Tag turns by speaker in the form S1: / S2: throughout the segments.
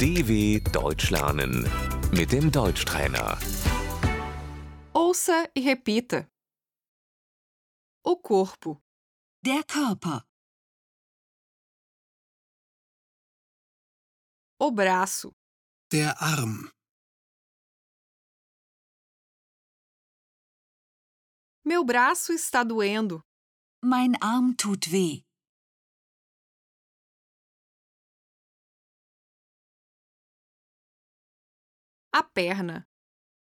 S1: DW Deutsch lernen mit dem Deutschtrainer.
S2: Ouça e repita. O corpo,
S3: Der Körper,
S2: o braço,
S4: Der Arm,
S2: meu braço está doendo,
S3: mein Arm tut weh,
S2: a perna,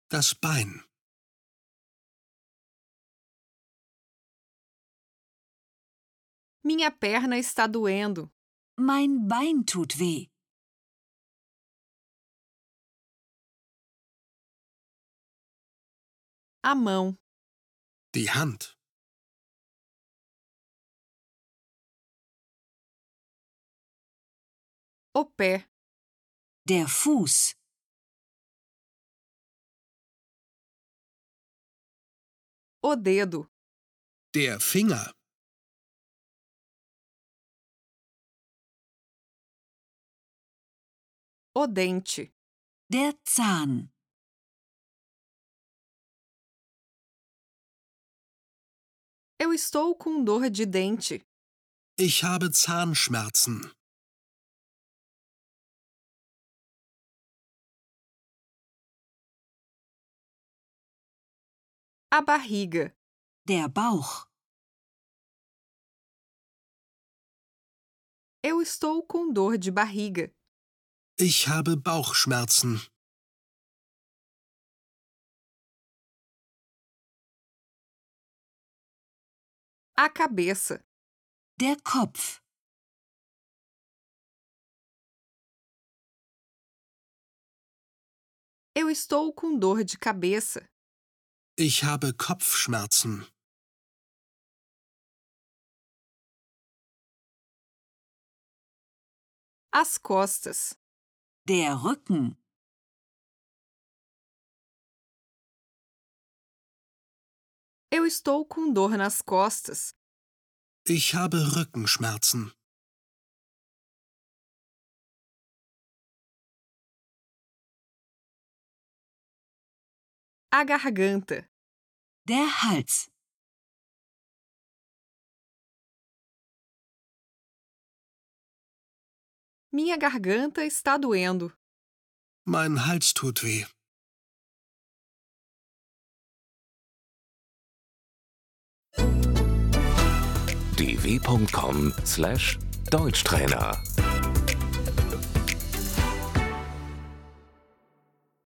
S4: das Bein,
S2: minha perna está doendo,
S3: mein Bein tut weh,
S2: a mão,
S4: die Hand,
S2: o pé,
S3: der Fuß,
S2: o dedo,
S4: der Finger,
S2: o dente,
S3: der Zahn,
S2: eu estou com dor de dente,
S4: ich habe Zahnschmerzen,
S2: a barriga,
S3: der Bauch,
S2: eu estou com dor de barriga,
S4: ich habe Bauchschmerzen,
S2: a cabeça,
S3: der Kopf,
S2: eu estou com dor de cabeça,
S4: ich habe Kopfschmerzen,
S2: as costas,
S3: der Rücken,
S2: eu estou com dor nas costas,
S4: ich habe Rückenschmerzen,
S2: a garganta,
S3: der Hals,
S2: minha garganta está doendo,
S4: mein Hals tut weh,
S1: dw.com/deutschtrainer